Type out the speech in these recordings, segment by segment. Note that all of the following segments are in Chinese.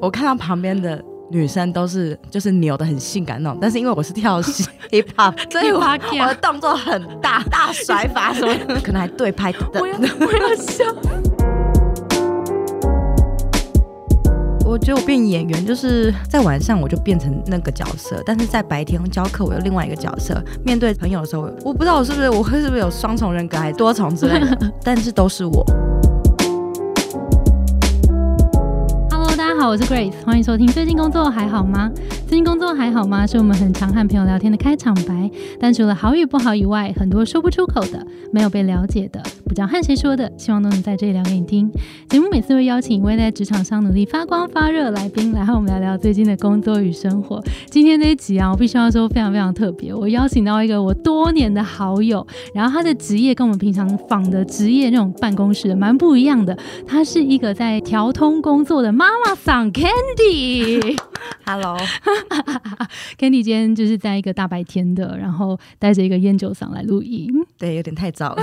我看到旁边的女生都是就是扭的很性感那种，但是因为我是跳 hip hop，所以我哇我 的动作很大，大甩法什么的，可能还 对拍的。我要我要笑。我觉得我变演员，就是在晚上我就变成那个角色，但是在白天教课我又另外一个角色。面对朋友的时候，我不知道我是不是我会是不是有双重人格还多重之类的， 但是都是我。 Hello，大家好，我是 Grace，欢迎收听。最近工作还好吗？最近工作还好吗？是我们很常和朋友聊天的开场白。但除了好与不好以外，很多说不出口的、没有被了解的、不知道和谁说的，希望都能在这里聊给你听。节目每次会邀请一位在职场上努力发光发热的来宾，来和我们聊聊最近的工作与生活。今天这一集啊，我必须要说非常非常特别，我邀请到一个我多年的好友，然后他的职业跟我们平常访的职业那种办公室的蛮不一样的，她是一个在调通工作的妈妈桑 Candy。 Hello， Candy 今天就是在一个大白天的，然后带着一个烟酒嗓来录音。对，有点太早了。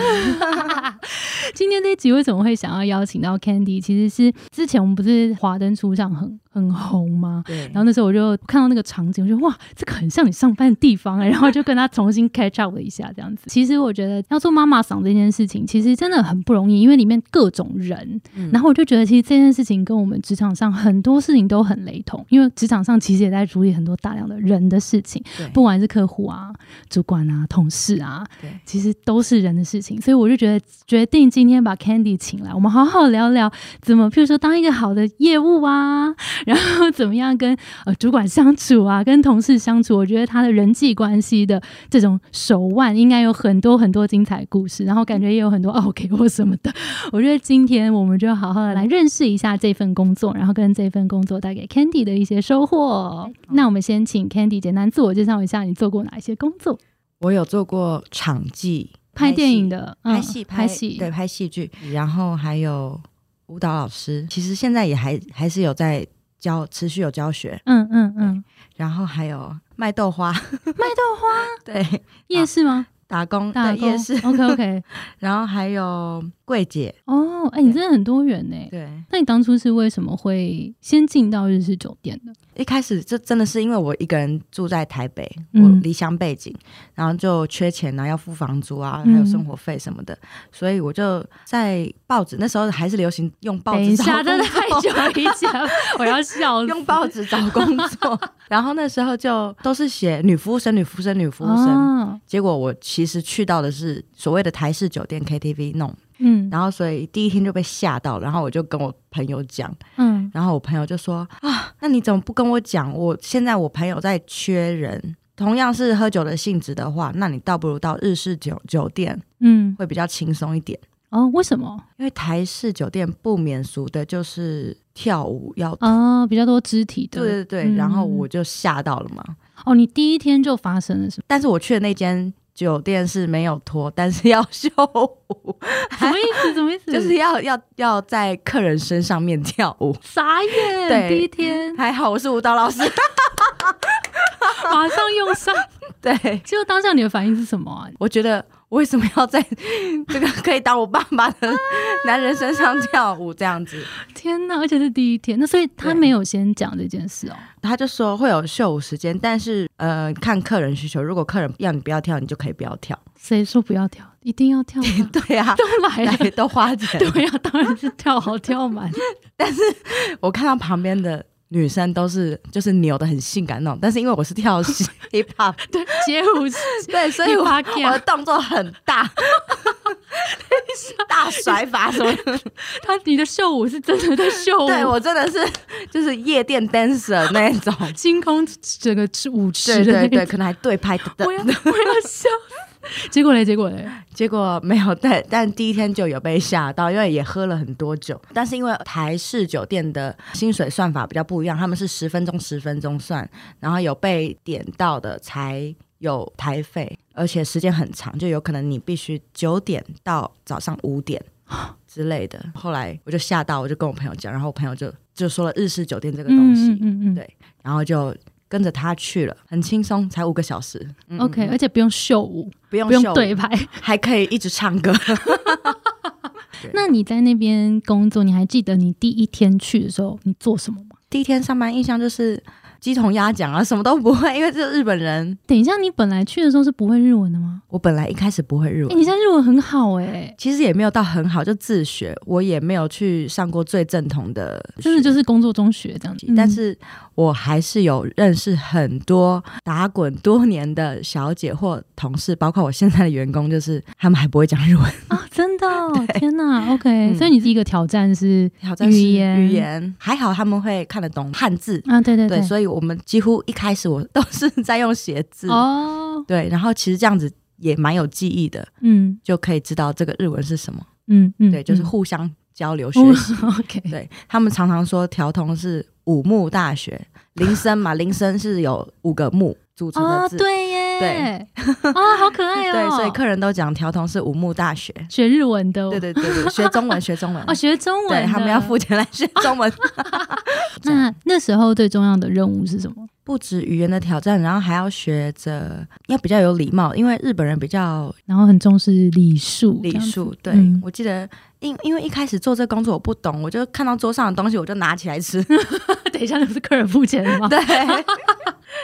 今天这一集为什么会想要邀请到 Candy？其实是之前我们不是华灯初上很很红吗？对然，后那时候我就看到那个场景，我就哇，这个很像你上班的地方、欸，然后就跟他重新 catch up 了一下，这样子。其实我觉得要做妈妈嗓这件事情，其实真的很不容易，因为里面各种人。嗯然后我就觉得，其实这件事情跟我们职场上很多事情都很雷同，因为职场上其实也在处理很多大量的人的事情，对不管是客户啊、主管啊、同事啊，对其实都是人的事情。所以我就觉得，决定今天把 Candy 请来，我们好好聊聊怎么，譬如说当一个好的业务啊， 然后怎么样跟呃主管相处啊，跟同事相处，我觉得他的人际关系的这种手腕，应该有很多很多精彩故事，然后感觉也有很多 哦给我什么的。我觉得今天我们就好好的来认识一下这份工作，然后跟这份工作带给 Candy 的一些收获。那我们先请 Candy 简单自我介绍一下，你做过哪一些工作？我有做过场记、拍电影的、的，拍嗯戏、拍戏，对，拍戏剧，然后还有舞蹈老师。其实现在也还还是有在教，持续有教学，嗯嗯嗯，然后还有卖豆花， 卖豆花对，夜市吗？打工，打啊嗯对工夜市， OK OK，然后还有柜姐，哦，哎，你真的很多元呢。对。那你当初是为什么会先进到日式酒店的？一开始这真的是因为我一个人住在台北，嗯我离乡背景，然后就缺钱啊，要付房租啊，嗯还有生活费什么的，所以我就在报纸那时候还是流行用报等纸一找下，真的工作太久以前了，我要笑死。 用报纸找 工作，然后那时候就都是写女服务生、女服务生、女服务生。啊，结果我其实去到的是所谓的台式酒店 KTV 弄，嗯然后所以第一天就被吓到，然后我就跟我朋友讲，嗯，然后我朋友就说啊，那你怎么不跟我讲？我现在我朋友在缺人，同样是喝酒的性质的话，那你倒不如到日式酒酒店嗯，会比较轻松一点，哦，为什么？因为台式酒店不免俗的就是跳舞要。啊，比较多肢体的。对对对，嗯然后我就吓到了嘛。哦，你第一天就发生了什么？但是我去的那间酒店是没有脱，但是要 秀舞，什么意思？什么意思？就是要要要在客人身上面跳舞。傻眼，对第一 天还好我是舞蹈老师，马上用上。 对结果当下你的反应是什么啊？我觉得我为什么要在这个可以当我爸爸的男人身上跳舞这样 子？天哪，而且是第一天，那所以他对没有先讲这件事哦。他就说会有秀舞时间，但是呃看客人需求，如果客人要你不要跳，你就可以不要跳。谁说不要跳？一定要跳吗？ 对啊， 都来了，都花 钱。 对呀、当然是跳好跳满。我看到旁边的女生都是就是扭的很性感那种，但是因为我是跳 hip hop，对，街舞是 对，所以我 hip hop 我的动作很大，大甩法什么的？他你的秀舞是真的在秀 舞，对我真的是就是夜店 dancer 那 一种，星空整个舞池对的那对个对，可能还对拍的。我要我要笑死。 结果嘞，结果嘞，结果没有，但但第一天就有被吓到，因为也喝了很多酒。但是因为台式酒店的薪水算法比较不一样，他们是十分钟十分钟算，然后有被点到的才有台费，而且时间很长，就有可能你必须九点到早上五点之类的。后来我就吓到，我就跟我朋友讲，然后我朋友就就说了日式酒店这个东西，嗯嗯嗯嗯对然后就。跟着他去了，很轻松，才五个小时。嗯嗯 OK，而且不用秀舞，不用不用秀舞对拍。还可以一直唱歌。那你在那边工作，你还记得你第一天去的时候你做什么吗？第一天上班印象就是鸡同鸭讲啊，什么都不会，因为这是日本人。等一下，你本来去的时候是不会日文的吗？我本来一开始不会日哎、文，你现在日文很好哎、其实也没有到很好，就自学，我也没有去上过最正统的学，真的就是工作中学这样子。嗯但是我还是有认识很多打滚多年的小姐或同事，包括我现在的员工，就是他们还不会讲日文，啊、真 的、哦，天哪，OK、嗯所以你第一个挑战是挑战是语言语言还好他们会看得懂汉字，啊，对对对，所以我们几乎一开始我都是在用写字，哦，对，然后其实这样子也蛮有记忆的，嗯就可以知道这个日文是什么，嗯嗯，对，就是嗯互相交流学哦习。 OK， 对他们常常说调通是五木大学，铃声 嘛，铃声是有五个木组成哦，的字，对耶，对， 哦，好可爱哦，对所以客人都讲调通是五木大学。学日文的，对对对对，学中 文学中文，哦，学中文嗯对的，他们要付钱来学中 文。这样那那时候最重要的任务是什么？不止语言的挑战，然后还要学着要比较有礼貌，因为日本人比较然后很重视礼数，礼这样子数。对、嗯我记得，因因为一开始做这工作我不懂，我就看到桌上的东西我就拿起来吃， 等一下，那不是客人付钱的吗？ 对，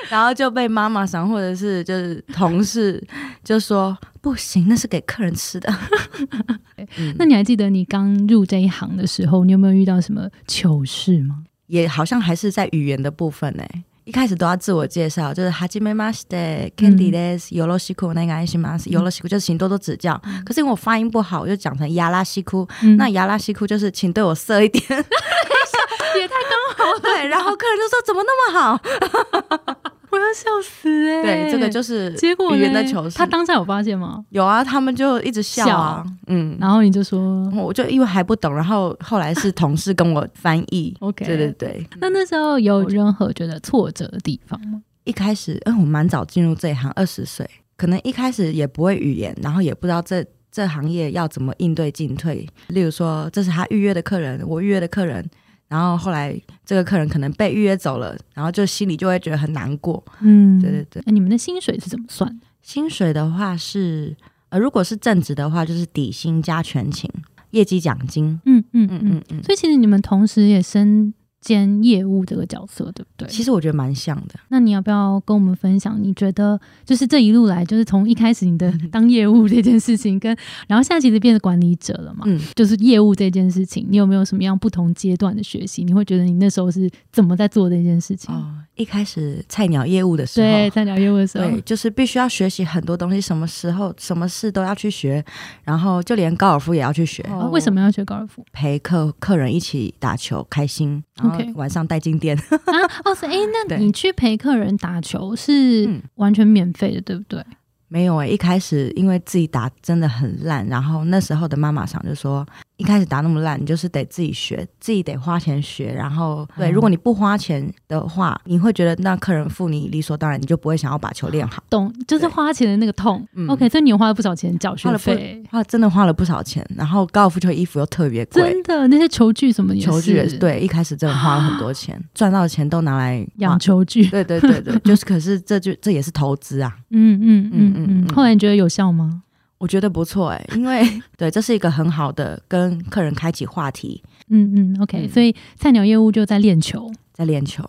然后就被妈妈赏，或者是就是同事就说不行，那是给客人吃的。 嗯那你还记得你刚入这一行的时候，你有没有遇到什么糗事吗？也好像还是在语言的部分呢、一开始都要自我介绍，就是哈基梅马西的 Candy des 尤罗西库那个爱心马斯尤罗西库，就是请多多指教。可是因为我发音不好，我就讲成亚拉西库。嗯那亚拉西库就是请对我色一点， 也太刚好了，哦 对。然后客人就说怎么那么好？我要笑死哎、对，这个就是结果呢语言的求他生。当下有发现吗？有啊，他们就一直笑啊，嗯。然后你就说。我就因为还不懂，然后后来是同事跟我翻译 OK， 对对。对，那那时候有任何觉得挫折的地方吗？一开始，嗯，我蛮早进入这一行，二十岁，可能一开始也不会语言，然后也不知道这这行业要怎么应对进退。例如说，这是他预约的客人，我预约的客人，然后后来这个客人可能被预约走了，然后就心里就会觉得很难过。嗯对对对，那你们的薪水是怎么算的？薪水的话是，呃，如果是正职的话，就是底薪加全勤，业绩奖金。嗯嗯嗯嗯嗯嗯，所以其实你们同时也身兼业务这个角色，对不对？其实我觉得蛮像的。那你要不要跟我们分享？你觉得就是这一路来，就是从一开始你的当业务这件事情跟，然后现在其实变成管理者了嘛，嗯，就是业务这件事情，你有没有什么样不同阶段的学习？你会觉得你那时候是怎么在做这件事情？哦，一开始菜鸟业务的时候，哦对，嗯在聊业务的时候，对，就是必须要学习很多东西，什么时候、什么事都要去学，然后就连高尔夫也要去学，啊为什么要学高尔夫陪客客人一起打球开心，然后 OK 晚上带进店。 啊？哦，所以诶那对你去陪客人打球是嗯完全免费的，对不对？没有诶、欸一开始因为自己打真的很烂，然后那时候的妈妈桑就说，一开始打那么烂，你就是得自己学，自己得花钱学。然后对，嗯如果你不花钱的话，你会觉得那客人付你理所当然，你就不会想要把球练好。懂，就是对花钱的那个痛。嗯哦 OK，所以你有花了不少钱缴花学了不费，花真的花了不少钱，然后高尔夫球衣服又特别贵，真的那些球具什么也是球具也是，对，一开始真的花了很多钱，赚到的钱都拿来啊养花。球具，对对对 对，就是可是这就这也是投资啊，嗯嗯嗯嗯嗯嗯嗯。嗯后来你觉得有效吗？我觉得不错哎、因 为对，这是一个很好的跟客人开启话题，嗯嗯，OK，嗯所以菜鸟业务就在练球，在练球，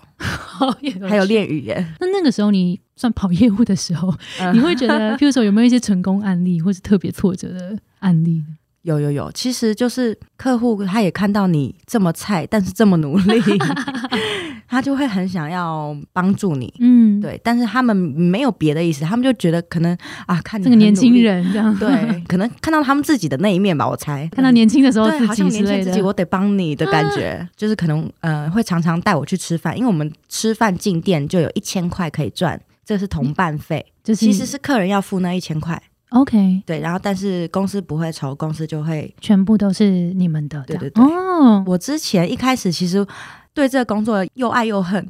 还有。练语言， 那那个时候你算跑业务的时候，嗯你会觉 得，譬如说有没有一些成功案例，或是特别挫折的案例呢？有有有，其实就是客户他也看到你这么菜，但是这么努 力，他就会很想要帮助你。嗯，，对，但是他们没有别的意思，他们就觉得可能啊，看你这个年很努轻力，人 这样，对，可能看到他们自己的那一面吧，我猜 看到年轻的时候对，自好像己之年类轻自己，的，嗯我得帮你的感觉，就是可能呃会常常带我去吃饭，因为我们吃饭进店就有一千块可以赚，这是同伴费，就是其实是客人要付那一千块， OK，对，然后但是公司不会筹，公司就会。全部都是你们的，对对这样哦，我之前一开始其实对这个工作又爱又恨，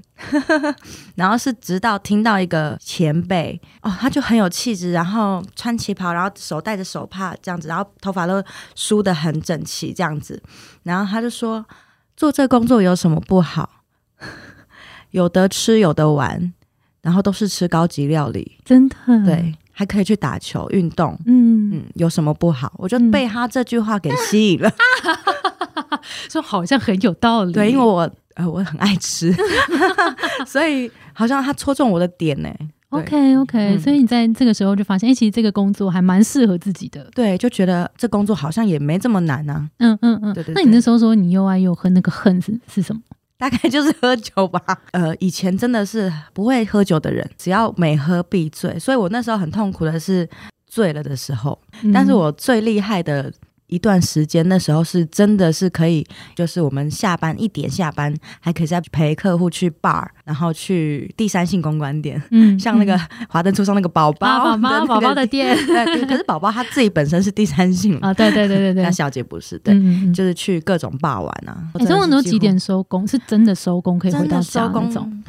然后是直到听到一个前辈哦，他就很有气质，然后穿旗袍，然后手戴着手帕这样子，然后头发都梳得很整齐这样子，然后他就说做这工作有什么不好？ 有的吃，有的玩，然后都是吃高级料理，真的，对，，还可以去打球、运动。嗯，嗯，有什么不好？我就嗯被他这句话给吸引了。说好像很有道理，嗯对，因为我呃，我很爱吃， 所以好像他戳中我的点呢、对 OK OK，、嗯所以你在这个时候就发现，哎、其实这个工作还蛮适合自己的。对，就觉得这工作好像也没这么难啊，嗯嗯嗯。对对那对你那时候说你又爱又恨，那个恨是是什么？大概就是 喝酒吧。呃，以前真的是不会喝酒的人，只要每喝必醉，所以我那时候很痛苦的是醉了的时候。嗯但是我最厉害的一段时间，那时候是真的是可以，就是我们下班一点下班，还可以再陪客户去 bar，然后去第三性公关店。嗯像那个华灯初上那个宝宝啊宝的那个宝宝 宝的店对，可是宝宝他自己本身是第三性嘛，啊，对对对对对， 那小姐不是，对，嗯嗯嗯就是去各种霸玩啊。你中文都几点收工？是真的收工可以回真到的家收那种？工？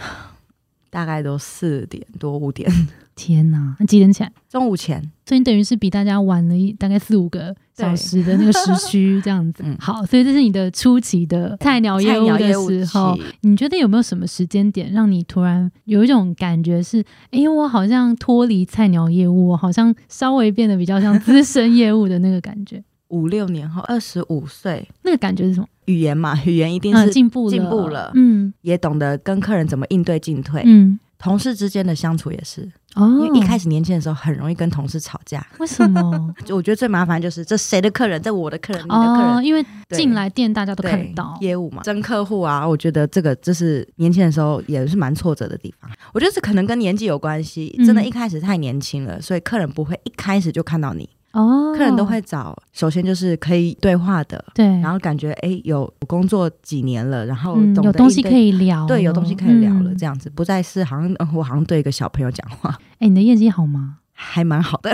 大概都四点多五点，天哪，那几点起来？中午前。所以你等于是比大家晚了一大概四五个小时的那个时区这样子。嗯好，所以这是你的初期的菜鸟业菜务鸟的业务时候期，你觉得有没有什么时间点让你突然有一种感觉是，哎、我好像脱离菜鸟业务，我好像稍微变得比较像资深业务的那个感觉？ 五六年后，二十五岁，那个感觉是什么？语言嘛，语言一定嗯，是进步了，进步了嗯也懂得跟客人怎么应对进退，嗯，同事之间的相处也是，因哦为，一开始年轻的时候很容易跟同事吵架。为什 么？就我觉得最麻烦就是这谁的客人，这我的客人，你的客哦，人因为对进来店大家都看得对到，业务嘛，争客户啊，我觉得这个就是年轻的时候也是蛮挫折的地方。我觉得这可能跟年纪有关系，嗯真的，一开始太年轻了，所以客人不会一开始就看到你，哦，客人都会找，首先就是可以对话的，对，然后感觉哎、诶有工作几年了，然后嗯懂得、有东西可。以聊了，对，有东西可以聊了，嗯这样子不再是好像呃我好像对一个小朋友讲话，哎、你的业绩好吗？还蛮好 的。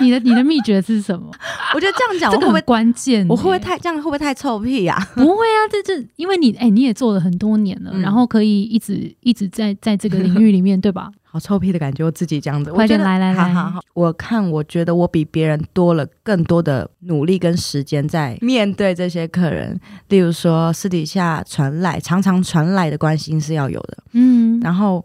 你的你的秘诀是什 么？我觉得这样讲，这我会个不很会关键欸、我会不会太这样会不会太臭屁呀、 不会啊？这这，因为你哎、你也做了很多年了，嗯然后可以一直一直在在这个领域里面，对吧？好臭屁的感觉，我自己这样子，快点我觉得来来好来好好，我看我觉得我比别人多了更多的努力跟时间在面对这些客人，例如说私底下传来，常常传来的关心是要有的，嗯，然后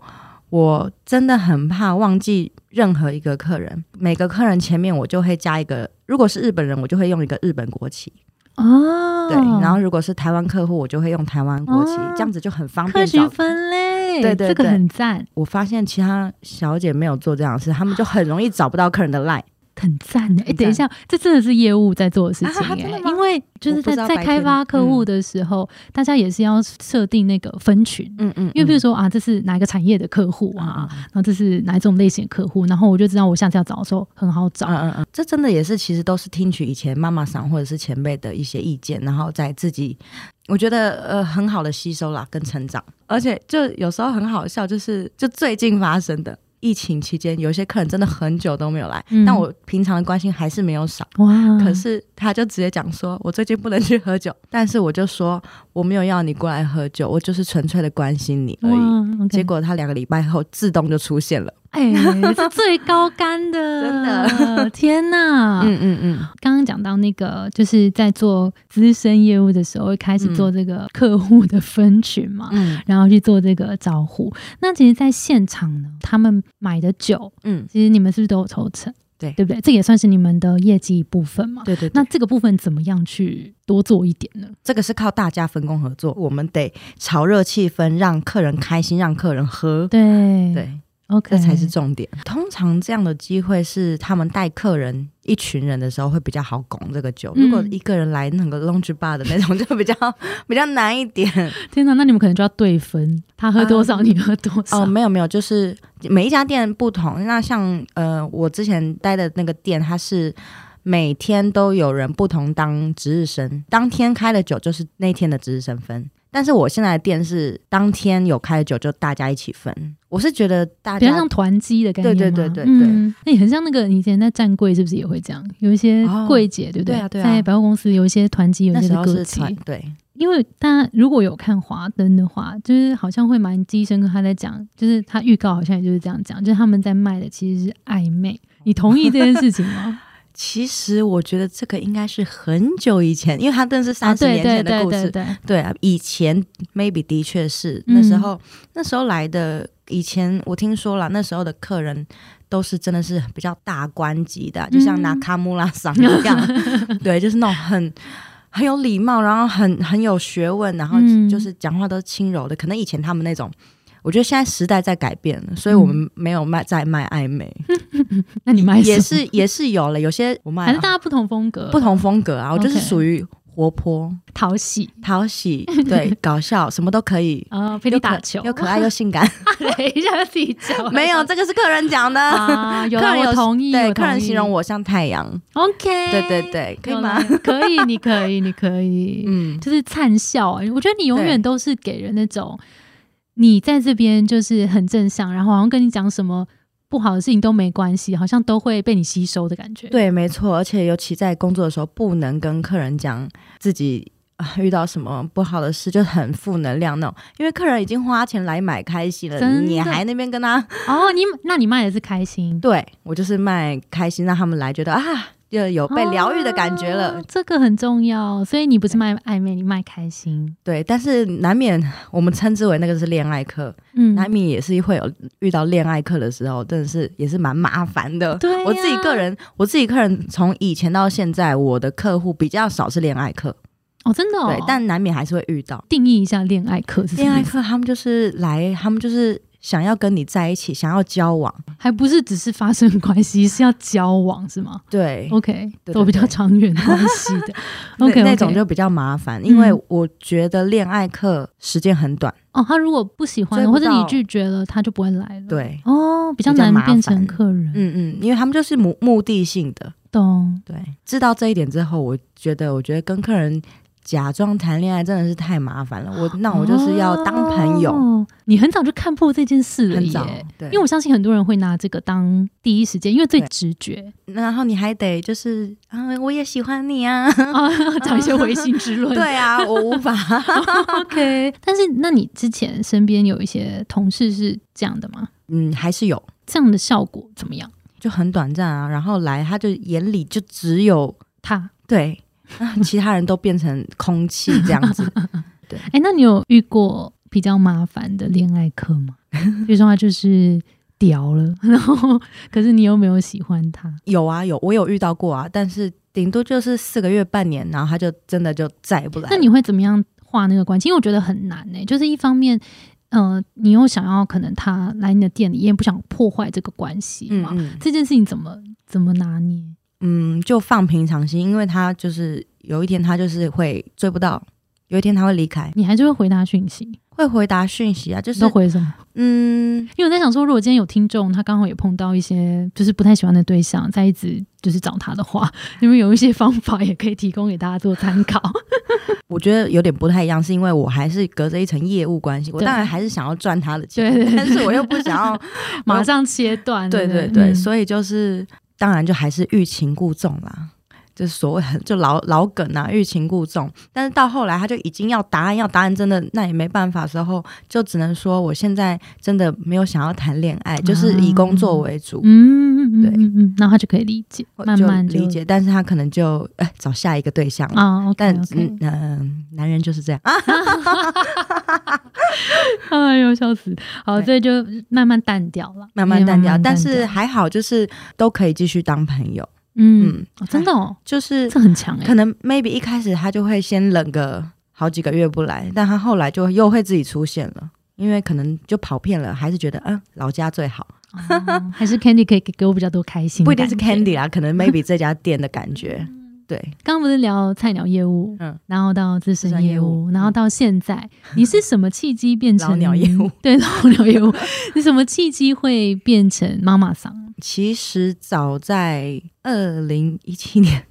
我真的很怕忘记任何一个客人，每个客人前面我就会加一个，如果是日本人，我就会用一个日本国旗，哦，对，然后如果是台湾客户，我就会用台湾国旗，哦这样子就很方客便群找分类，对对这个对很赞，我发现其他小姐没有做这样的事，她们就很容易找不到客人的啊 line。很赞的。哎、很赞等一下，这真的是业务在做的事情、啊哎，真的吗因为就是我不在知道在白开天发客户嗯的时候，大家也是要设定那个分群，嗯嗯因为比如如说啊，这是哪一个产业的客户啊，然后这是哪一种类型的客户，然后我就知道我下次要找的时候很好找。嗯嗯嗯，这真的也是，其实都是听取以前妈妈桑或者是前辈的一些意见，然后再自己，我觉得呃很好的吸收啦，跟成长。而且就有时候很好笑，就是就最近发生的疫情期间，有一些客人真的很久都没有来，嗯但我平常的关心还是没有少。哇，可是他就直接讲说，我最近不能去喝酒，但是我就说我没有要你过来喝酒，我就是纯粹的关心你而已。哇，OK，结果他两个礼拜后自动就出现了。哎，是最高干的，真的， 天哪！嗯嗯，刚刚讲到那个，就是在做资深业务的时候，会开始做这个客户的分群嘛，嗯然后去做这个招呼。那其实，在现场呢，他们买的酒，嗯，其实你们是不是都有抽成？对对不对？这也算是你们的业绩一部分嘛。对对那那这个部分怎么样去多做一点呢？这个是靠大家分工合作，我们得炒热气氛，让客人开心，让客人喝。对对， ，OK，这才是重点。通常这样的机会是他们带客人一群人的时候会比较好拱这个酒，嗯如果一个人来那个 lounge bar 的那种就比较 比较难一点。天哪！那你们可能就要对分，他喝多少，你喝多少。哦，没有没有，就是啊每一家店不同。那像呃，我之前待的那个店，它是每天都有人不同当值日生，当天开的酒就是那天的值日生分。但是我现在的店是当天有开的酒就大家一起分。我是觉得大比较家像团积的概念对吗对对对嗯，那也很像那个你以前在站柜是不是也会这样？有一些哦柜姐，对不对啊对啊在百货公司有一些团积，有那一些时候个是集。团对，因为大家如果有看华灯的话，就是好像会蛮机深刻。他在讲，就是他预告好像也就是这样讲，就是他们在卖的其实是暧昧。你同意这件事情 吗？其实我觉得这个应该是很久以前，因为它真的是啊，三十对年对前的对故事。对对，对啊，以前 maybe 的确是嗯那时候、那时候来的，以前我听说了，那时候的客人都是真的是比较大官级的啊，就像嗯 拿卡穆拉桑一样，对，就是那种很。很有礼貌，然后很很有学问，然后嗯就是讲话都轻柔的。可能以前他们那种，我觉得现在时代在改变了，所以我们没有卖在卖暧昧，那嗯 你卖什么也是也是有了，有些我卖还是啊大家不同风格，不同风格啊，我就是 OK 属于活泼、讨喜讨喜，对， 搞笑，什么都可以。啊，陪你又可打球， 又可爱又性感，等一下自己讲，没有，这个是客人讲的。啊，有客啦人有我同意，对，我同客人意形容我像太阳， ，OK，对对，对，可以有吗啦？可以，你可以，你可以，嗯，就是灿笑、欸。我觉得你永对远都是给人那种你在这边就是很正向，然后好像跟你讲什么不好的事情都没关系，好像都会被你吸收的感觉。对，没错，而且尤其在工作的时候，不能跟客人讲自己。啊遇到什么不好的事就很负能量那种，因为客人已经花钱来买开心了，真的你还那边跟他，哦，你那你卖的是开心，对我就是卖开心，让他们来觉得啊，就有被疗愈的感觉了。哦这个很重要。哦所以你不是卖暧昧，你卖开心。对，但是难免我们称之为那个是恋爱课，嗯，难免也是会有遇到恋爱课的时候，真的是也是蛮麻烦的。对呀我自己个人，我自己个人从以前到现在，我的客户比较少是恋爱课，哦，真的、哦，对，但难免还是会遇到。定义一下恋爱课是什恋么爱意思？课他们就是来，他们就是想要跟你在一起，想要交往。还不是只是发生关系，是要交往是吗对？OK，对都比较对长远 关系的。那哦 OK，嗯那种就比较麻烦，因为我觉得恋爱课时间很短，哦，他如果不喜欢追了，不或者你到拒绝了，他就不会来了。，对，哦，比较比较难麻变成烦客人。嗯嗯，因为他们就是目目的性的，懂，对。知道这一点之后，我觉得，我觉得跟客人假装谈恋爱真的是太麻烦了。我那我就是要当朋友，哦你很早就看破这件事了很早耶，，对，因为我相信很多人会拿这个当第一时间，因为最对直 觉然后你还得就是，啊，我也喜欢你啊，啊，讲一些唯心之论。 哦对啊，我无法。 ，OK。但是，那你之前身边有一些同事是这样的吗？嗯，还是有，这样的效果怎么样？就很短暂啊。然后来，他就眼里就只有他，对， 啊其他人都变成空气这样 子。哎，那你有遇过比较麻烦的恋爱课 吗？比如说他就是屌了， 然后可是你又没有喜欢他，有啊，有，我有遇到过啊，但是顶多就是四个月、半年，然后他就真的就再也不来了。那你会怎么样画那个关系？因为我觉得很难呢、就是一方面，呃，你又想要可能他来你的店里，也不想破坏这个关系嗯嘛。嗯这件事情怎么怎么拿捏？嗯，就放平常心，因为他就是有一天他就是会追不到，有一天他会离开，你还是会回答讯息，会回答讯息啊，就是都回什么？嗯，因为我在想说，如果今天有听众，他刚好也碰到一些就是不太喜欢的对象，在一直就是找他的话， 你们有一些方法也可以提供给大家做参考。我觉得有点不太一样，是因为我还是隔着一层业务关系，我对当然还是想要赚他的钱，对对对但是我又不想要，马上切断。对不对对，嗯所以就是当然就还是欲擒故纵啦。就是所谓很就老老梗啊，欲擒故纵。但是到后来，他就已经要答案，要答案，真的那也没办法的时候，就只能说我现在真的没有想要谈恋爱，就是以工作为主。啊嗯嗯对嗯嗯嗯，然后他就可以理解，我慢慢就理解，但是他可能就哎找下一个对象了。啊。OK，但 OK 嗯、呃男人就是这样啊， 哎呦，笑死！好，所以就慢慢淡掉了，慢慢淡慢掉。慢但是还好，就是都可以继续当朋友。嗯，嗯，哦真的哦，就是这很强哎可，能 maybe 一开始他就会先冷个好几个月不来，但他后来就又会自己出现了，因为可能就跑遍了，还是觉得嗯老家最好，哦还是 Candy 可以给给我比较多开心，不一定是。Candy 啦，可能 maybe 这家店的感觉，嗯 对，刚刚不是聊菜鸟业务，嗯嗯，然后到资深业务，资深业务嗯然后到现在，你是什么契机变成老鸟业务？ 对，老鸟业务，你什么契机会变成妈 妈桑？其实早在二零一七年，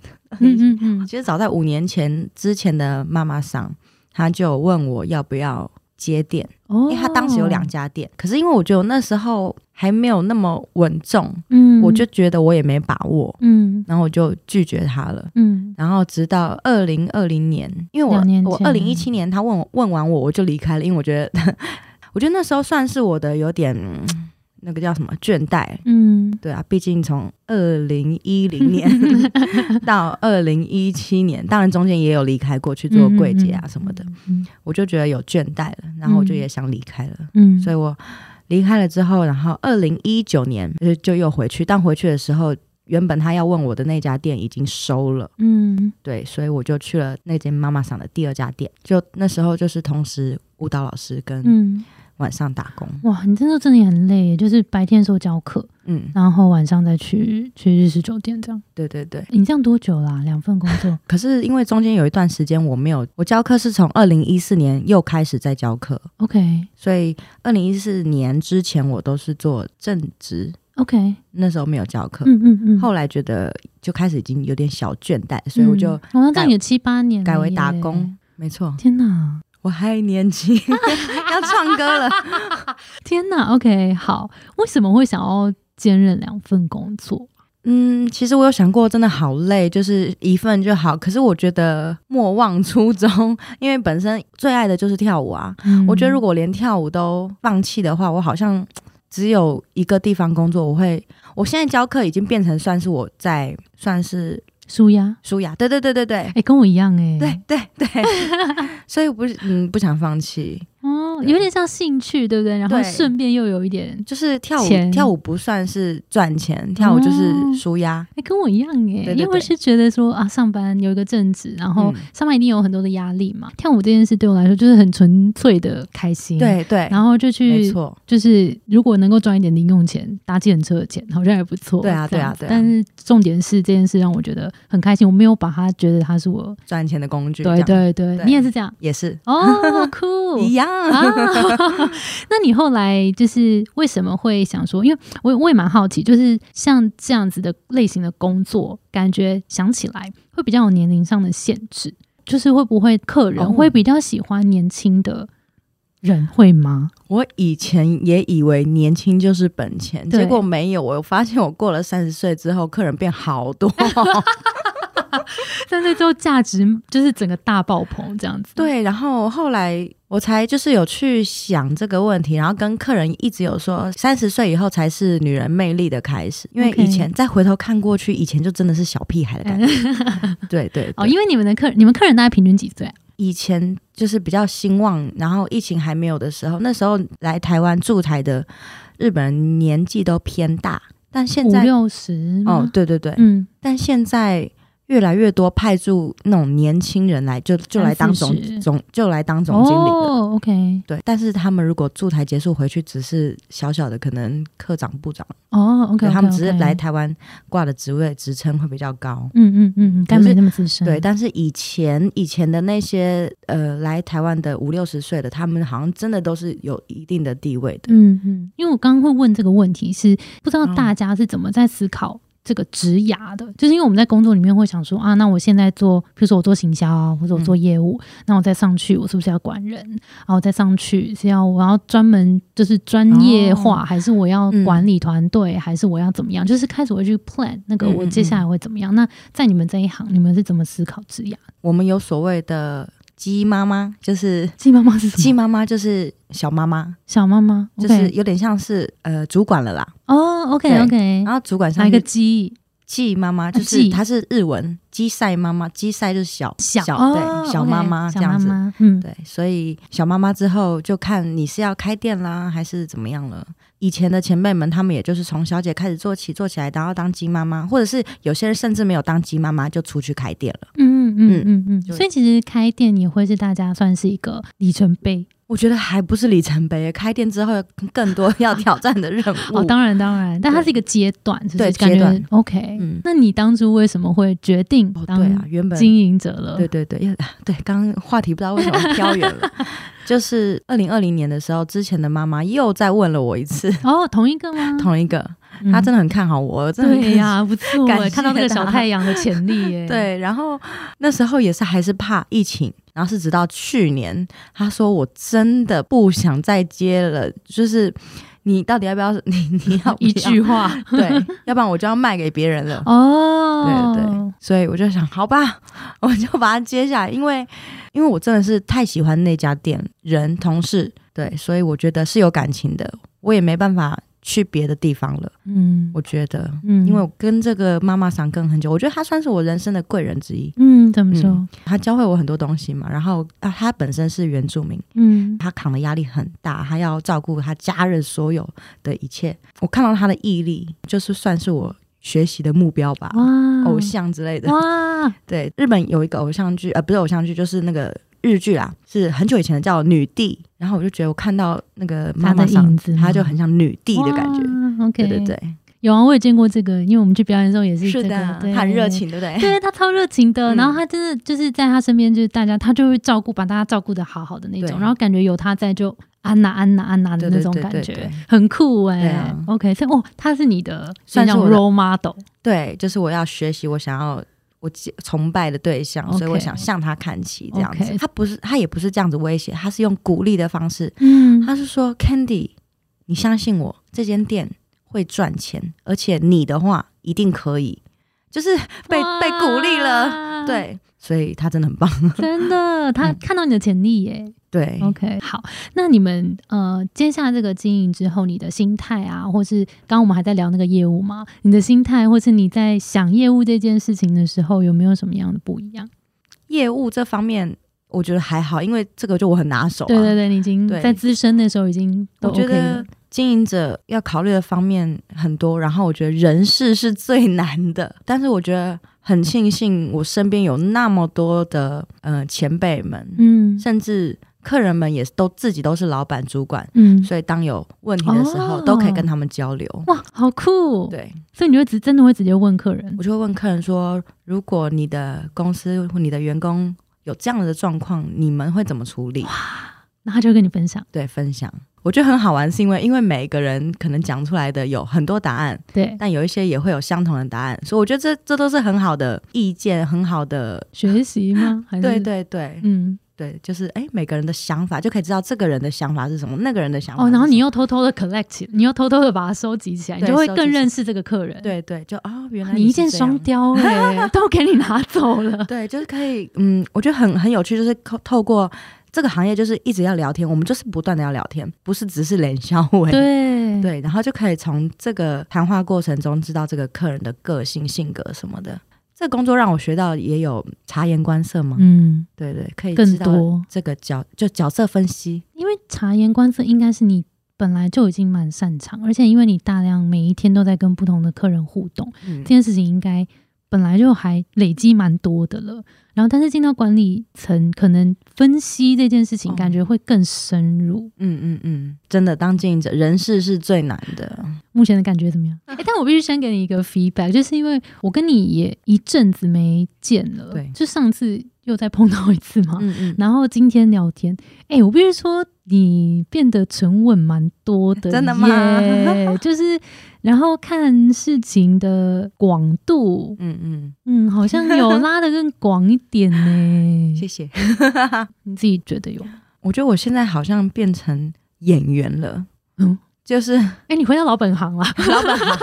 嗯嗯嗯，其实早在五年前之前的妈妈桑，他就问我要不要接店，哦因为他当时有两，家店，可是因为我觉得我那时候还没有那么稳重，嗯我就觉得我也没把握，嗯然后我就拒绝他了。 嗯，然后直到二零二零年，因为我两年前我二零一七年他问我问完我我就离开了，因为我觉得 我觉得那时候算是我的有点嗯那个叫什么倦怠，嗯对啊，毕竟从二零一零 年到二零一七年，当然中间也有离开 过去做柜姐啊什么的，嗯我就觉得有倦怠了，然后我就嗯也想离开了，嗯，呃所以我离开了之后，然后二零一九年就就又回去，但回去的时候原本他要问我的那家店已经收了，嗯，对，所以我就去了那间妈妈桑的第二家店。就那时候就是同时舞蹈老师跟嗯，晚上打工，哇，你真的真的很累耶，就是白天的时候教课，嗯，然后晚上再去去日式酒店这样。对对对。你这样多久啦、两份工作可是因为中间有一段时间我没有，我教课是从二零一四年又开始在教课， ？OK 所以二零一四年之前我都是做正职， OK，那时候没有教课。嗯嗯嗯。后来觉得就开始已经有点小倦怠，所以我就嗯哦那这改样有七八年了改为打耶工。。没错，天哪，我还年 轻，要唱歌了。天哪，OK，好，为什么会想要兼任两份工作？ 嗯，其实我有想过，真的好累，就是一份就好。可是我觉得莫忘初衷，因为本身最爱的就是跳舞啊。我觉得如果果连跳舞都放弃的话，我好像只有一个地方工作，我会。我现在教课已经变成算是我在算是舒压，舒雅，对对对对对哎、跟我一样哎、对对对， 所以不是嗯不想放弃，哦，对有点像兴趣，对不对？然后对顺便又有一点，就是跳舞钱跳舞不算是赚钱，跳舞就是哦舒压。哎、跟我一样哎、对对因为我对是觉得说啊，上班有一个正职，然后嗯上班一定有很多的压力嘛。跳舞这件事对我来说就是很纯粹的开心，，对对，然后就没去错，就是如果能够赚一点零用钱，搭计程车的钱好像还不错。对啊这样子对啊对啊但是重点是这件事让我觉得很开心，我没有把它觉得它是我。赚钱的工具。这对样对对，对你也是这样也是哦，酷一样。啊！ 那你后来就是为什么会想说？因为我我也蛮好奇，就是像这样子的类型的工作，感觉想起来会比较有年龄上的限制，就是会不会客人哦会比较喜欢年轻的人会吗？我以前也以为年轻就是本钱，对结果没有。我发现我过了三十岁之后，客人变好 多。但是之后价值就是整个大爆棚这样子。，对，然后后来我才就是有去想这个问题，然后跟客人一直有说，三十岁以后才是女人魅力的开始，因为 OK 以前再回头看过去，以前就真的是小屁孩的 感觉。对对哦，对因为你们的客你们客人大概平均几岁啊？以前就是比较兴旺，然后疫情还没有的时候，那时候来台湾驻台的日本人年纪都偏大，但现五在六十吗？哦，对对对，嗯，但现在越来越多派驻那种年轻人来，就就来当三四十总总就来当总经理了。哦，OK，对，但是他们如果驻台结束回去，只是小小的可能科长、部长，哦，OK，对他们只是来 OK 台湾挂的职位职称会比较高。嗯嗯嗯嗯，但可是没那么资深。对，但是以前以前的那些呃来台湾的五六十岁的，他们好像真的都是有一定的地位的。嗯嗯，因为我刚刚会问这个问题是不知道大家是怎么在思考这个职涯的，就是因为我们在工作里面会想说啊，那我现在做，比如说我做行销啊，或者我做业务，那我再上去，我是不是要管人？然后再上去是要我要专门就是专业化，还是我要管理团队，还是我要怎么样？就是开始会去 plan 那个嗯嗯我接下来会怎么样？那在你们这一行，你们是怎么思考职涯？我们有所谓的鸡妈妈，就是鸡妈妈是什鸡么？妈妈就是小妈妈，小妈妈就是，OK，有点像是呃主管了啦。哦，OK 对 OK，然后主管哪上一个个鸡？季妈妈，就啊是季她是日文基赛妈妈，基赛就是小小对小妈妈这样子子，小妈妈嗯，对，所以小妈妈之后就看你是要开店啦，还是怎么样了。以前的前辈们，他们也就是从小姐开始做起，做起来，然后当鸡妈妈，或者是有些人甚至没有当鸡妈妈就出去开店了。嗯嗯嗯嗯嗯，就所以其实开店也会是大家算是一个里程碑我觉得还不是里程碑，开店之后有更多要挑战的任务。哦，当然当然，但它对是一个阶段，是不对是感阶觉段 OK？嗯那你当初为什么会决定哦，对啊当，原本经营者了？对对对，因为啊对，刚刚话题不知道为什么飘远了， 就是二零二零年的时候，之前的妈妈又再问了我一次，哦，同一个吗？同一个，嗯她真的很看好我，真的很对呀，不错感哎，谢看到那个小她太阳的潜 力耶。对，然后那时候也是还是怕疫情，然后是直到去年，他说我真的不想再接了，就是你到底要不要？你你要不要 一句话对，要不然我就要卖给别人了。哦， 对对，所以我就想，好吧，我就把它接下来，因为因为我真的是太喜欢那家店，人同事对，所以我觉得是有感情的，我也没办法去别的地方了。嗯我觉得，嗯，因为我跟这个妈妈上跟很久，我觉得她算是我人生的贵人之一。嗯怎么说嗯他教会我很多东西嘛，然后啊，他本身是原住民，嗯他扛的压力很大，他要照顾他家人所有的一切。我看到他的毅力，就是算是我学习的目标吧，哇，偶像之类的。哦 哇，对，日本有一个偶像剧，呃，不是偶像剧，就是那个日剧啦，是很久以前的，叫《女帝》。然后我就觉得我看到那个妈妈她的上影子，她就很像女帝的感觉。觉，OK，对对对，有啊，我也见过这个，因为我们去表演的时候也是、这个，是的，对她很热。情，对不对？对对他超热情的，嗯然后他真的就是在他身边，就是大家他就会照顾，把大家照顾的好好的那种，对然后感觉有他在就安娜安娜安娜的对对那种对感对觉，对很酷哎、对啊 OK，所以哦，他是你的算是像我的 role model，对，就是我要学习，我想要。我敬崇拜的对象 OK 所以我想向她看齐，这样子。 OK 她不是，她也不是这样子威胁，她是用鼓励的方式，嗯，他是说，Candy，你相信我，这间店会赚钱，而且你的话一定可以，就是被哇被鼓励了，，对，所以他真的很棒，真的，他嗯看到你的潜力耶、对， OK，好，那你们呃接下这个经营之后，你的心态啊，或是刚刚我们还在聊那个业务嘛，你的心态，或是你在想业务这件事情的时候，有没有什么样的不一样？业务这方面我觉得还好，因为这个就我很拿手、啊，对对对，你已经对在资深的时候已经都我觉哦 OK 了得。经营者要考虑的方面很多，然后我觉得人事是最难的， 但是我觉得很庆幸我身边有那么多的呃前辈们，嗯甚至客人们也都自己都是老板主管。嗯，所以当有问题的时候，哦都可以跟他们交流。哇，好酷！对，所以你会直真的会直接问客人我就会问客人说，如果你的公司或你的员工有这样的状况，你们会怎么处理？哇，那他就会跟你分享，对，分享。我觉得很好玩，是因为因为每个人可能讲出来的有很多答案，对，但有一些也会有相同的答案，所以我觉得这这都是很好的意见，很好的。学习吗？还是对，对对、嗯，对，就是哎，每个人的想法就可以知道这个人的想法是什么，那个人的想法哦，然后是什么你又偷偷的 collect，起你又偷偷的把它收集起来，你对就会收集更起来认识这个客人，对对，就哦，原来你一是箭这样双雕哎、都给你拿 走了。对，就是可以，嗯，我觉得很很有趣，就是透透过这个行业，就是一直要聊天，我们就是不断的要聊天，不是只是冷笑 话。对对，然后就可以从这个谈话过程中知道这个客人的个性、性格什么的。这个工作让我学到也有察言观色嘛，嗯，对对，可以更知道多，这个角就角色分析，因为察言观色应该是你本来就已经蛮擅长，而且因为你大量每一天都在跟不同的客人互动，嗯这，件事情应该本来就还累积蛮多的了。然后，但是进到管理层，可能分析这件事情，哦感觉会更深入。嗯嗯嗯，真的当经营者人事是最难的，目前的感觉怎么 样？哎、但我必须先给你一个 feedback，就是因为我跟你也一阵子没见了，对就上次又再碰到一次嘛，嗯嗯，然后今天聊天，哎、我必须说你变得沉稳蛮多的耶， 真的吗就是然后看事情的广度，嗯嗯，嗯，好像有拉得更广一点呢。 谢谢。你自己觉得有吗？我觉得我现在好像变成演员了，嗯嗯， 就是哎、你回到老本行啦，老板好，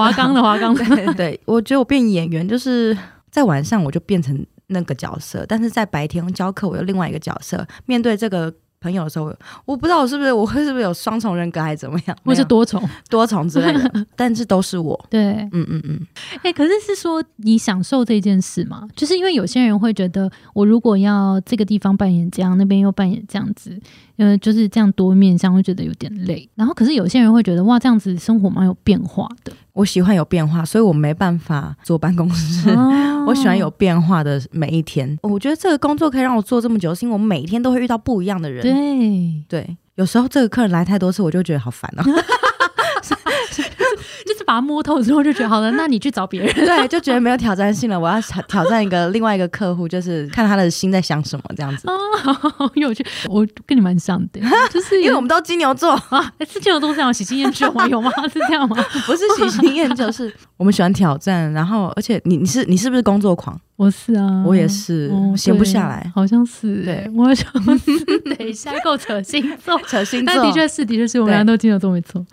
华冈的华冈的， 对对，我觉得我变演员就是在晚上我就变成那个角色，但是在白天教课我有另外一个角色，面对这个。朋友的时候，我不知道我是不是我会是不是有双重人格还是怎么样，或没是有 多重，多重之类的，但是都是我。对，嗯嗯嗯，哎、可是是说你享受这件事吗？就是因为有些人会觉得，我如果要这个地方扮演这样，那边又扮演这样子，呃，就是这样多面相，会觉得有点累。然后，可是有些人会觉得，哇，这样子生活蛮有变化 的。我喜欢有变化，所以我没办法坐办公室。哦我喜欢有变化的每一天。我觉得这个工作可以让我做这么久，是因为我每天都会遇到不一样的人。对，对，有时候这个客人来太多次，我就觉得好 烦哦。就是把它摸透之后就觉得好了，那你去找别人。 对，就觉得没有挑战性了。我要挑挑战一个另外一个客户，就是看他的心在想什么这样子。哦，好有趣，我跟你蛮像的，就是因为我们都金牛座，啊，是这种东西啊，喜新厌旧吗？有吗？是这样吗？ 不是喜新厌旧，是 我们喜欢挑战。然后，而且你你是你是不是工作狂？ 我是啊，我也是哦，嗯闲不下对来，好像是、对欸，我想是， 等一下够扯星座，扯星座。但的确是，的确是，我们对俩都金牛座没错。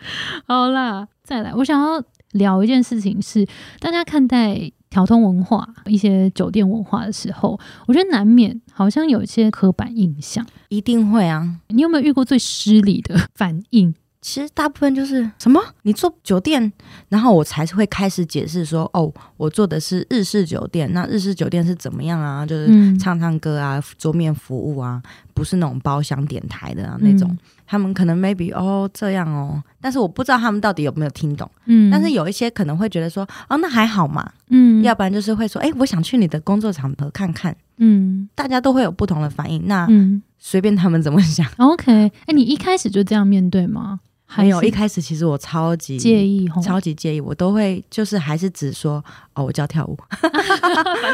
好啦，再来，我想要聊一件事情是，大家看待调通文化、一些酒店文化的时候，我觉得难免好像有一些刻板印象。一定会啊。你有没有遇过最失礼的反应？其实大部分就是什么？你做酒店，然后我才会开始解释说，哦，我做的是日式酒店，那日式酒店是怎么样啊？就是嗯嗯唱唱歌啊，桌面服务啊，不是那种包厢点台的啊那种。他们可能 maybe 哦这样哦，但是我不知道他们到底有没有听懂。嗯，但是有一些可能会觉得说，哦，那还好嘛，嗯，要不然就是会说，哎、我想去你的工作场合看看。嗯大家都会有不同的反应，那嗯随便他们怎么想。 ，OK，哎、你一开始就这样面对吗？还还有是一开始其实我超级介意吼，超级介意，我都会就是还是只说哦，我教 跳舞，反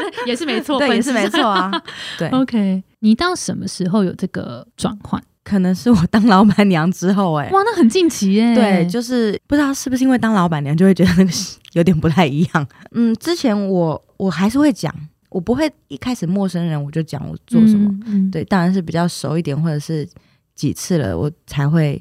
正也是没错，对，本也质是没错啊。 对， OK，你到什么时候有这个转换？可能是我当老板娘之后、哎，哇，那很近期耶！对，就是不知道是不是因为当老板娘就会觉得那个是有点不太一样。 嗯，之前我我还是会讲，我不会一开始陌生人我就讲我做什么。嗯？嗯，对，当然是比较熟一点，或者是几次了，我才会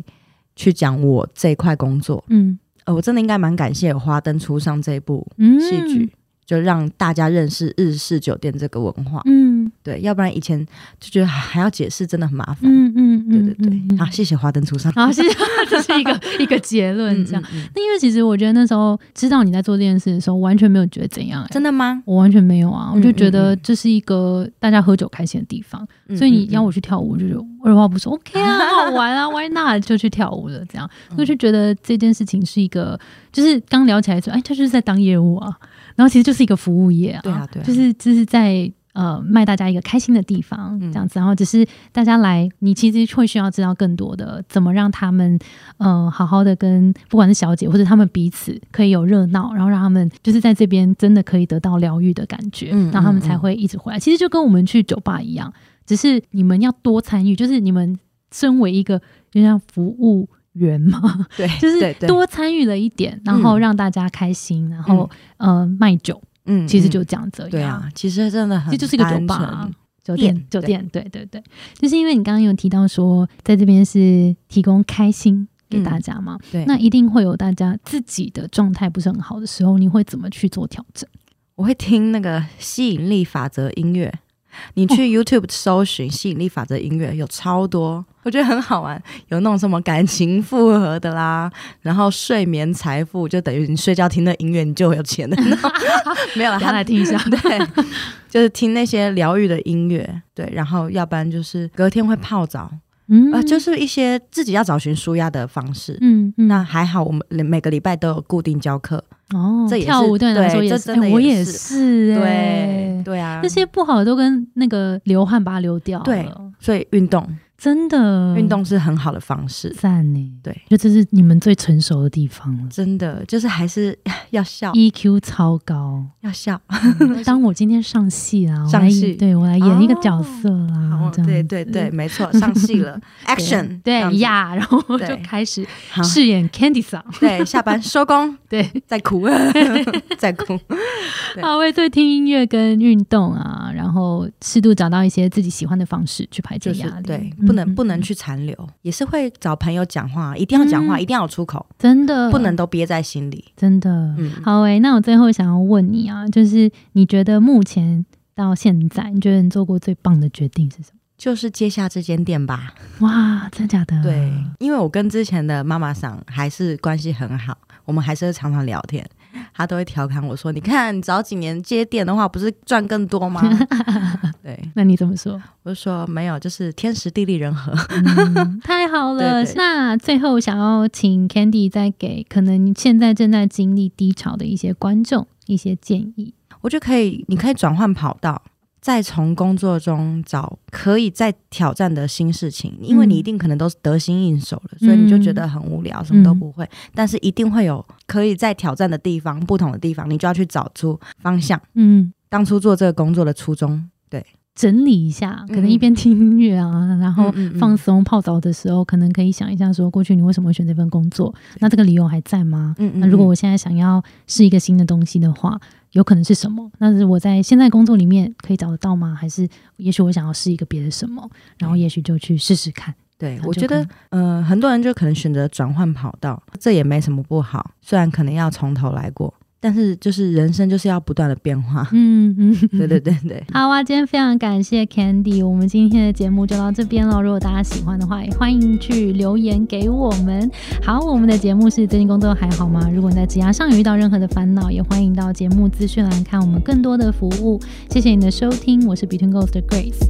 去讲我这一块工作。嗯呃，我真的应该蛮感谢《花灯初上》这一部嗯，戏剧，就让大家认识日式酒店这个文化。嗯，对，要不然以前就觉得还要解释，真的很麻烦。嗯嗯嗯，对对对，嗯好、谢谢《花灯初上》然后是 这是 一个一个结论，嗯。这样。嗯嗯那因为其实我觉得那时候知道你在做这件事的时候，完全没有觉得怎样、欸真的吗？我完全没有啊，嗯我就觉嗯得嗯这是一个大家喝酒开心的地方，嗯所以你嗯要嗯我去跳舞，我就觉得二话不说，OK 啊，很好玩啊，Why not 就去跳舞了，这样，嗯所以就觉得这件事情是一个，就是刚聊起来说，哎，他就是在当业务啊，然后其实就是一个服务业啊，对啊对啊就是就是在。呃，卖大家一个开心的地方，嗯这样子，然后只是大家来，你其实会需要知道更多的，怎么让他们嗯，好好的跟不管是小姐或者他们彼此可以有热闹，然后让他们就是在这边真的可以得到疗愈的感觉，嗯然后他嗯们才嗯会一直回来。其实就跟我们去酒吧一样，只是你们要多参与，就是你们身为一个就像服务员嘛，对，就是对对多参与了一点，然后嗯让大家开心，然后、呃卖酒，嗯其嗯实就这样子而已、对啊，其实真的很，这就是一个酒吧啊、酒店店，酒店，对对对，就是因为你刚刚有提到说，在这边是提供开心给大家嘛，嗯对，那一定会有大家自己的状态不是很好的时候，你会怎么去做调整？我会听那个吸引力法则音乐。你去哦 YouTube 搜寻吸引力法则音乐，有超多，我觉得很好玩。有那种什么感情复合的啦，然后睡眠财富，就等于你睡觉听那音乐，你就有钱的那种。 没有啦，大家啊他。来听一下 对，就是听那些疗愈的音乐，对。然后要不然就是隔天会泡澡，嗯呃，就是一些自己要找寻舒压的方式。嗯嗯，那还好，我们每个礼拜都有固定教课。哦，这也是跳舞对你来说对也这是，真的哎我也也是是，对哎，对啊，那些不好的都跟那个流汗把它流掉了，对所以运动，真的运动是很好的方式。赞呢，对，就这是你们最成熟的地方了。真的就是还是要笑， EQ 超高，要笑。嗯当我今天上戏啦，我上来演戏对我来演一个哦角色啦，嗯这样对对子对，，没错，上戏了，action，这样 对子，呀， 然后我就对开始好，饰演 Candy 桑，对，下班收工，对，再 哭，再哭，对他会对听音乐跟运动啊，然后适度找到一些自己喜欢的方式去排解就是压力。对，嗯不能嗯不能去残留，也是会找朋友讲话，一定要讲话，嗯一定要有出口，真的不能都憋在心里。真的。嗯，好诶、那我最后想要问你啊，就是你觉得目前到现在，你觉得你做过最棒的决定是什么？就是接下这间店吧。哇，真的假的？对，因为我跟之前的妈妈桑还是关系很好，我们还是会常常聊天。她都会调侃我说：“你看，你早几年接店的话，不是赚更多 吗？”对，那你怎么说？我就说没有，就是天时地利人和。嗯 太好了！对对那最后想要请 Candy 再给可能你现在正在经历低潮的一些观众一些建议。我觉得可以，你可以转换跑道，再从工作中找可以再挑战的新事情，因为嗯你一定可能都是得心应手了，所以你就觉得很无聊，什么都不会。嗯但是一定会有可以再挑战的地方，不同的地方，你就要去找出方向。嗯，当初做这个工作的初衷，对，整理一下，可能一嗯边听音乐啊，然后嗯嗯嗯放松泡澡的时候，可能可以想一下说，过去你为什么会选这份工作？那这个理由还在吗？嗯那如果我现在想要试一个新的东西的话，有可能是什么？那是我在现在工作里面可以找得到吗？还是也许我想要试一个别的什么，然后也许就去试试看。对那，就我觉可得以，嗯，很多人就可能选择转换跑道，这也没什么不好。虽然可能要从头来过，但是就是人生就是要不断的变化。嗯嗯， 对对对对，好啊，今天非常感谢 Candy，我们今天的节目就到这边喽。如果大家喜欢的话，也欢迎去留言给我们。好，我们的节目是最近工作还好吗？如果你在职涯上有遇到任何的烦恼，也欢迎到节目资讯栏看我们更多的服务。谢谢你的收听，我是 Between Goals 的 Grace。